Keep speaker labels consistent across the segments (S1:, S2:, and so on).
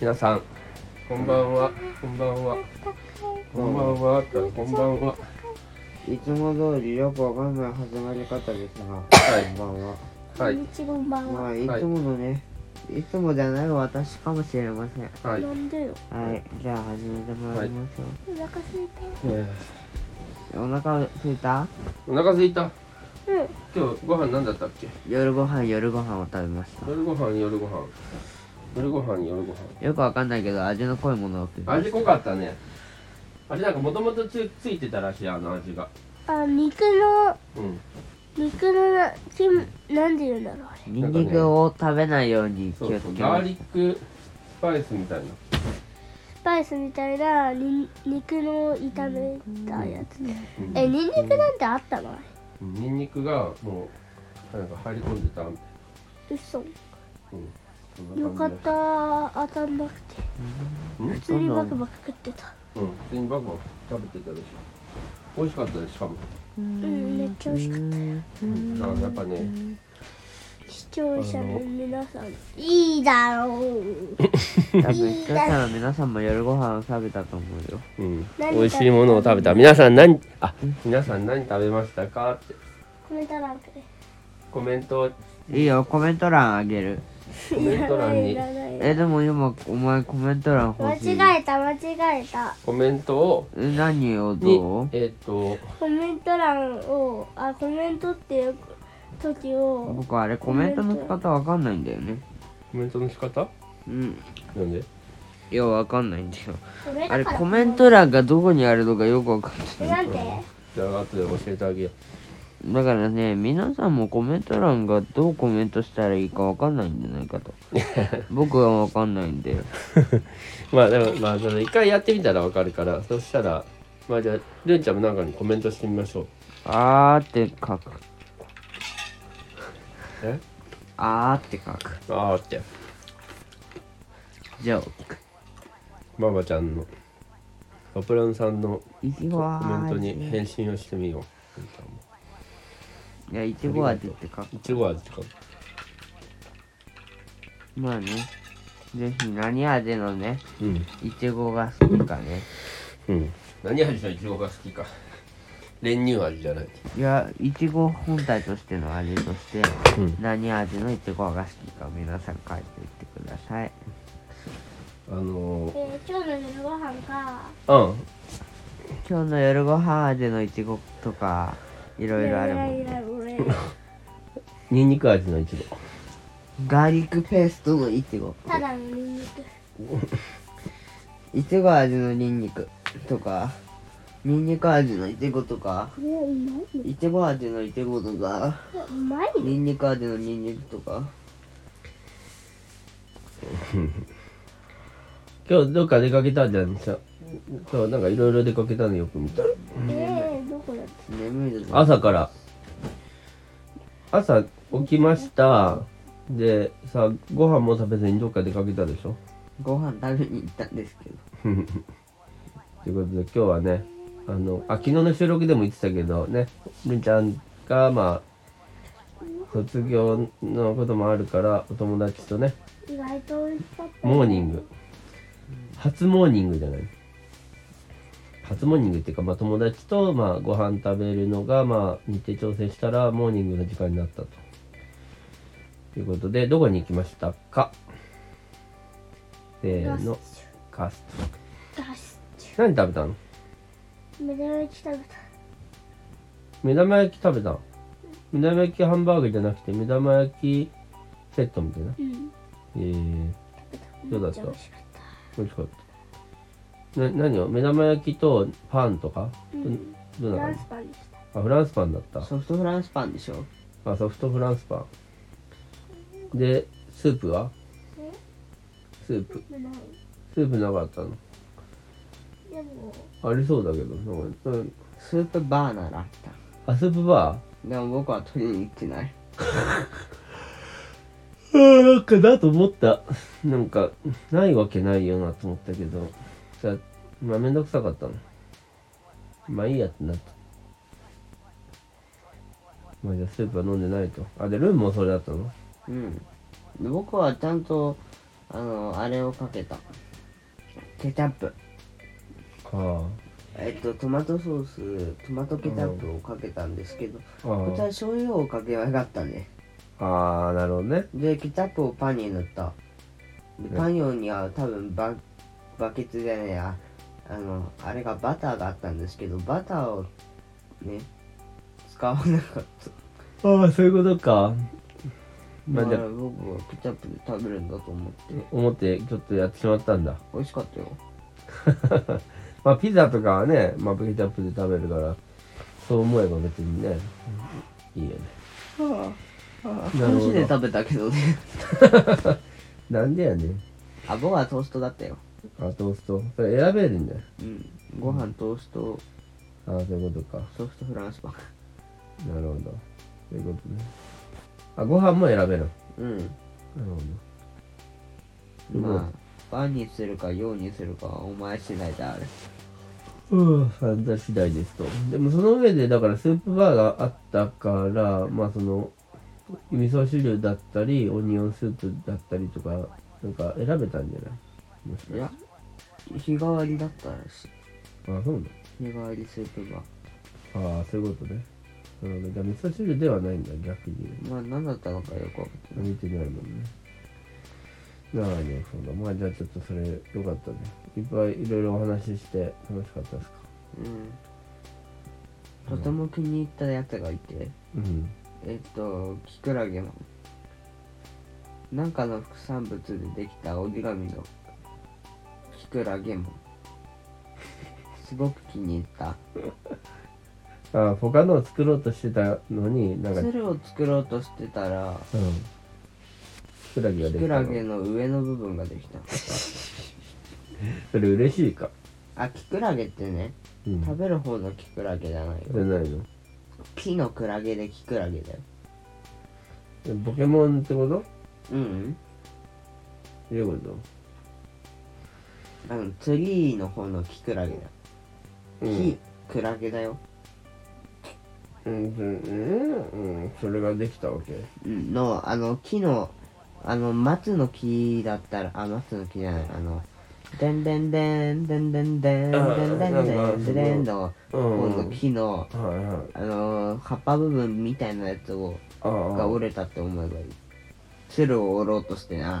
S1: 皆さんこんばんはこんばんはこんばんはあったらこんばんはい
S2: つも通りよくわかんない始まり方ですが、
S1: い
S2: こんばんは。
S1: は
S3: こん
S1: い
S3: にちこんばん
S2: ま
S3: は。
S2: あ、いつものね、い、つもじゃない私かもしれません。
S1: はい
S3: なんでよ。
S2: はい、じゃあ始めてもらいましょ
S3: お腹空い
S1: え
S2: う。お腹空いた
S1: ーお腹空いた
S3: たよ。
S1: 今日ご飯何だったっけ
S2: 夜ご飯夜ご飯を食べました。
S1: 夜ご飯夜ご飯夜ご飯夜ご飯
S2: よくわかんないけど味の濃いものを食べま
S1: 味
S2: し
S1: 濃かったねあれなんかもともとつついてたらしいあの味が
S3: うん。あ、肉の、
S1: うん
S3: 肉のな、きなんて言うんだろう、あ
S2: た。ニンニクを食べないように気
S1: そ
S2: を
S1: う
S2: つ
S1: そう
S2: け
S1: ガ
S2: ま
S1: ー
S2: す。
S1: リックスパイスみたいな
S3: れ。スパイスみたいな、に肉の炒めたやつ。
S1: うん
S3: え、ニンニクなんてあったの
S1: ニンニクがもうなんか入り込んでたみたい
S3: 嘘。
S1: な
S3: よ
S1: そんな
S3: かっ
S1: 感じだ
S3: た、当たんなくて。
S1: うん
S3: 普通にバクバク食ってた。
S1: うん普通にバクバク食べてたでしょ美味しかったですしかも
S3: うん、めっちゃ美味しかったよ。
S1: だからやっぱね
S3: 視聴者の皆さん、いいだろう。
S2: 多分視聴者の皆さんも夜ご飯を食べたと思うよ。
S1: うん
S3: 何食べた
S1: 美味しいものを食べた皆さん何あ皆さん何食べましたかって
S3: コメント欄くれ。
S1: コメント
S2: いいよ、コメント欄あげる。
S1: コメント欄
S3: い
S1: に
S3: らないいらない
S2: え、でも今、お前コメント欄欲しい。
S3: 間違えた、間違えた。
S1: コメントを
S2: え何を
S1: に
S2: どう
S1: えっと
S3: コメント欄をあコメントっていう時を
S2: 僕あれコメントの仕方わかんないんだよね
S1: コメントの仕方
S2: うん
S1: なんで
S2: いやわかんないんだよ
S3: それだ
S2: あ
S3: から
S2: れコメント欄がどこにあるのかよくわかん
S3: え
S2: ない
S3: なんて
S1: じゃあ後で教えてあげよ
S2: だからね皆さんもコメント欄がどうコメントしたらいいかわかんないんじゃない かと僕はわかんないんで
S1: うまあでもまあその一回やってみたらわかるからそしたらまあじゃあるんちゃんもなんかにコメントしてみましょう
S2: あーって書く
S1: え
S2: あーって書く
S1: あーって
S2: ジョーク
S1: ママちゃんのパプランさんの
S2: いちご
S1: コメント
S2: 味
S1: に
S2: い
S1: 返信をしてみよう
S2: やいちご味って書く
S1: いちご味とか
S2: まあねぜひ何味のね
S1: うん
S2: いちごが好きかね
S1: うん何味のいちごが好きか練乳味じゃない
S2: いや、いちご本体としての味として、
S1: うん
S2: 何味のいちごが好きか皆さん書いていってください。
S1: あのー
S3: えー今日の夜ご飯が
S1: うん
S2: 今日の夜ご飯味のいちごとか、いろいろあるもん
S3: い
S2: ね。
S3: やいや俺
S1: ニンニク味のいちご
S2: ガーリックペーストのいちご。
S3: ただのニンニク
S2: いちご味のニンニクとか、ニンニク味のいちごとか、
S3: これうまい
S2: いちご味のいちごとか、
S3: うまい
S2: ニンニク味のニンニクとか。
S1: 今日どっか出かけたじゃんさ今日なんかいろいろ出かけたのよく見た
S3: えー、どこだっ
S2: 眠いですね。
S1: 朝から朝起きましたでさご飯も食べずにどっか出かけたでしょ
S2: ご飯食べに行ったんですけど。
S1: ということで今日はねあのあ昨日の収録でも言ってたけどねるんちゃんがまあ卒業のこともあるからお友達とね
S3: た意外と美味しかった
S1: モーニング初モーニングじゃない初モーニングっていうか、まあ、友達と、まあ、ご飯食べるのが、まあ、日程調整したらモーニングの時間になったということでどこに行きましたかせーのカス
S3: ガス
S1: テ何食べたの
S3: 目玉焼き食べた
S1: 目玉焼き食べたの目玉焼きハンバーグじゃなくて目玉焼きセットみたいな
S3: うん
S1: えー、どうだった
S3: めちゃ美味しかっ
S1: 美味しかったな何を目玉焼きとパンとか、
S3: うん
S1: ど
S3: た
S1: んな
S3: フラ
S1: 感
S3: ンスパン
S1: じ
S3: でした
S1: あフランスパンだった
S2: ソフトフランスパンでしょ
S1: あソフトフランスパンでスープは
S3: え
S1: スープ
S3: うまい
S1: スープなかったの
S3: でも
S1: ありそうだけどなんかうん
S2: スープバーならあった。
S1: あスープバ
S2: でも僕は取りに行ってない。
S1: ーあーなんかだと思った なんかないわけないよなと思ったけどじゃあまあめんどくさかったのまあいいやってなったまあじゃあスープは飲んでないとあでルンもそれだったの
S2: うん。僕はちゃんとあのあれをかけたケチャップ
S1: あ
S2: えっとトマトソーストマトケチャップをかけたんですけど、
S1: ああ
S2: こちら醤油をかけばよかったね
S1: あああなるほどね
S2: でケチャップをパンに塗ったで
S1: ね
S2: パン用には多分ババケツじゃねえやあのあれがバターがあったんですけどバターをね使わなかった
S1: ああそういうことかまあ
S2: だ
S1: じ
S2: か
S1: ゃあ
S2: ら僕はケチャップで食べるんだと思って
S1: 思ってちょっとやってしまったんだ
S2: 美味しかったよ
S1: まあピザとかはね、まあ、ケチャップで食べるからそう思えば別にねいいよねなるほど
S2: 箸で食べたけどね
S1: なんでやねん
S2: あ僕はトーストだったよ
S1: あトーストそれ選べるんだよ
S2: うんご飯トースト
S1: ああそういうことか
S2: ソフトフランスパン
S1: なるほどそういうことねあご飯も選べる
S2: うん
S1: なるほど
S2: まあパンにするか用にするかはお前次第である
S1: うん、サンタ次第ですと。でもその上で、だからスープバーがあったから、まあその、味噌汁だったり、オニオンスープだったりとか、なんか選べたんじゃないもしかし
S2: い
S1: て
S2: や日替わりだったらしい
S1: あ、そうなの
S2: 日替わりスープが
S1: ああ、そういうことね。なるほど。じゃあ味噌汁ではないんだ、逆に。
S2: まあ何だったのかよくわかってない
S1: 見てないもんね。なるほど。まあじゃあちょっとそれ、よかったね。いっぱいいろいろお話しして楽しかったですか
S2: うんとても気に入ったやつがいて
S1: うん。
S2: えっとキクラゲのなんかの副産物でできた折り紙のキクラ ゲもすごく気に入った
S1: ああ、他のを作ろうとしてたのに、なんか、
S2: 鶴を作ろうとしてたら
S1: うん。キクラゲが
S2: キ
S1: で
S2: ク
S1: きた
S2: ラ
S1: の
S2: ゲの上の部分がで きた
S1: それ嬉しいか。
S2: あキクラゲってね
S1: うん。
S2: 食べる方のキクラゲじゃない
S1: 食べ
S2: よ
S1: ないの
S2: 木のクラゲでキクラゲだよ
S1: えポケモンってこと
S2: うんうん
S1: どういうこ
S2: あのツリーの方のキクラゲだ
S1: と
S2: 木クラゲだよ
S1: うん、うん、うん、うん、それができたわけ。
S2: のあの木のあの松の木だったらあ松の木じゃないあのでんでんでんでんでんでんでんでんでんでんでんの
S1: う
S2: こ
S1: ん。
S2: の木の
S1: はいはい。
S2: あの葉っぱ部分みたいなやつを
S1: あ
S2: が
S1: あ。
S2: 折れたって思えばいい鶴を折ろうとしてな、
S1: わあ、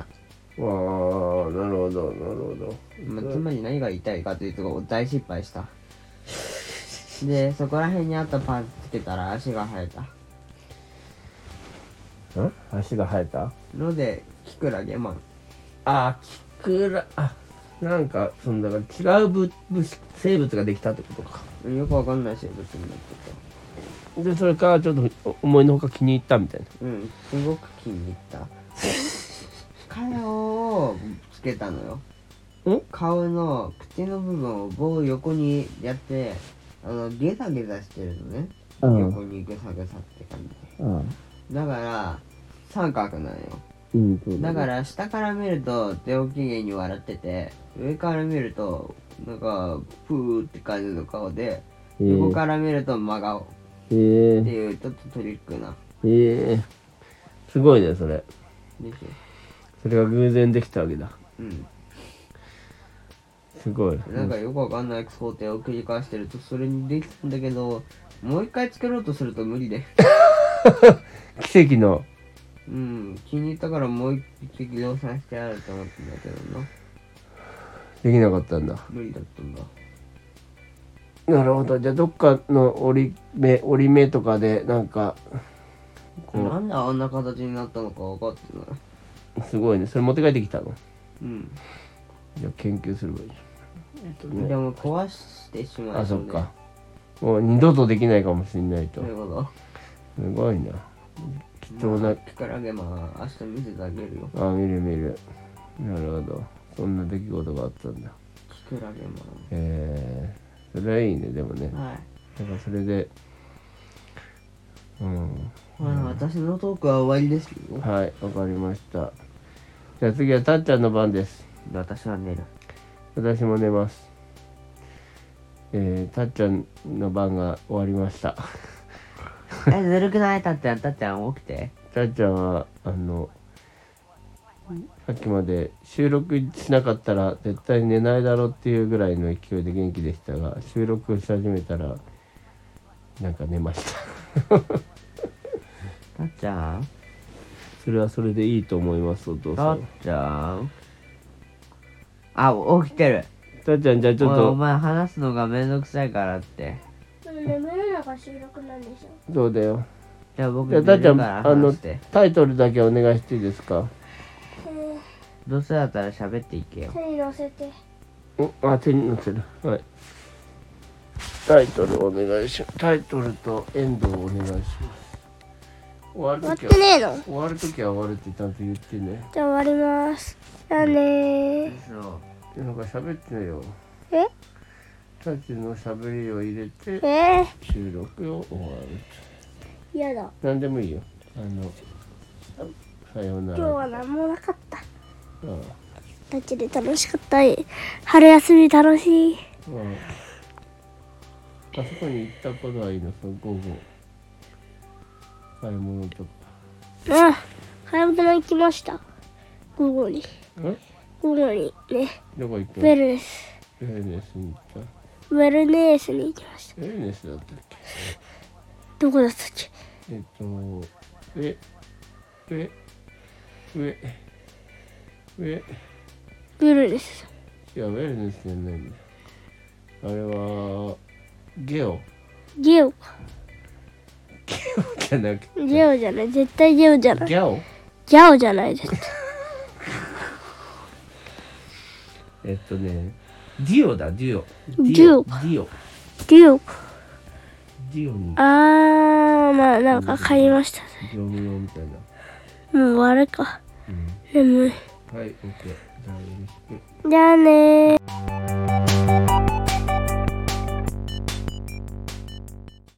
S1: なるほど、なるほど。
S2: まあ、つまり何が言いたいかというと大失敗したでそこら辺にあったパンツつけたら足が生えた
S1: ん足が生えたあ
S2: のでキクラゲマン
S1: あ、キクラ、あ、なんか、その、だから違う物物質生物ができたってことか。
S2: よくわかんない生物になってた
S1: で、それからちょっと思いのほか気に入ったみたいな。
S2: うん、すごく気に入った。顔をつけたのよ。
S1: ん
S2: 顔の口の部分を棒を横にやって、あの、ゲザゲザしてるのね。
S1: うん
S2: 横にゲサゲサって感じ。だから、三角なのよ。
S1: うん、そう
S2: だから、下から見ると、手を機嫌に笑ってて、上から見ると、なんか、プーって感じの顔で、
S1: えー
S2: 横から見ると真顔っ
S1: へえ
S2: ていう、ちょっとトリックな。
S1: へえすごいねそれ
S2: でしょ。
S1: それが偶然できたわけだ
S2: うん。
S1: すごい
S2: なんかよくわかんない工程を繰り返してるとそれにできたんだけどもう一回作ろうとすると無理で
S1: 奇跡の
S2: うん気に入ったからもう一匹量産してやると思ったんだけどな
S1: できなかったんだ
S2: 無理だったんだ
S1: なるほどじゃあどっかの折り目折り目とかでなんかこう
S2: なんであんな形になったのか分かってない
S1: すごいねそれ持って帰ってきたの
S2: うん、
S1: じゃあ研究すればいいね
S2: でも壊してしまう
S1: あそっかもう二度とできないかもしれないと
S2: そういうこ
S1: すごいな貴重
S2: と
S1: な
S2: キクラゲマン明日見せてあげるよ
S1: あ見る見るなるほどそんな出来事があったんだ
S2: キクラゲ
S1: えー、それはいいねでもね
S2: マンはい
S1: なんかそれで、うん、
S2: まあ、私のトークは終わりですよ
S1: はい、わかりました。じゃあ次はたっちゃんの番です。
S2: 私は寝る
S1: 私も寝ます。えー、たっちゃんの番が終わりました。
S2: えずるくないたっちゃんたっちゃん起きて
S1: たっちゃんは、あの、さっきまで収録しなかったら絶対寝ないだろうっていうぐらいの勢いで元気でしたが収録し始めたらなんか寝ました
S2: たっちゃん
S1: それはそれでいいと思いますお父
S2: た
S1: さ
S2: っ
S1: ん
S2: ちゃんあ起きてる
S1: たっちゃんじゃあちょっ
S2: おいお
S1: と
S2: 前話すのがめんどくさいからって
S3: でも眠るのが収録なんでしょ
S1: どうだよ
S2: じゃあ僕
S1: じゃ
S2: 寝
S1: あた
S2: る
S1: っちゃん
S2: から
S1: あの
S2: 話して
S1: タイトルだけお願いしていいですか
S3: え
S2: どうせだったら喋っていけよ
S3: ー、手に乗せて
S1: おあ手に乗せるはいタイトルお願いしますタイトルとエンドをお願いします終わる
S3: 終わっ
S1: 時
S3: てね
S1: は
S3: えの
S1: 終わる時は終わるってちゃんと言ってね
S3: じゃあ終わりますじゃあねー
S2: そう
S1: なんか喋ってよ
S3: え
S1: たちの喋りを入れて
S3: え
S1: 収録を終わる
S3: ー、やだ
S1: 何でもいいよあのさような
S3: 今
S1: ら
S3: 日は何もなかった
S1: ああ
S3: たちで楽しかった春休み楽しい
S1: ああそこに行ったことはいいのその午後買い物とか
S3: あ買い物行きました午後に
S1: え
S3: 午後にね
S1: どこ行く
S3: ウ
S1: の
S3: ェ
S1: ウ
S3: ルネス
S1: ェルネスに行った
S3: ウェルネスに行きました
S1: ウェルネスだったっけ
S3: どこだったっけ
S1: えっとええええ
S3: ウェルネス
S1: いやウェルネスじゃないんだあれはゲオ
S3: ゲオか
S1: じゃなくて
S3: ゲオじゃない絶対ゲオじゃない
S1: ギャオ
S3: ギャオじゃない絶対
S1: えっとねディオだディオ
S3: デュオ
S1: ディオ
S3: ゲオか
S1: ディオに
S3: あーまあなんか買いましたね
S1: 業務用みたいな、
S3: もう終わるか
S1: うん、
S3: 眠い
S1: はい OK じゃあよろしく
S3: じゃあねー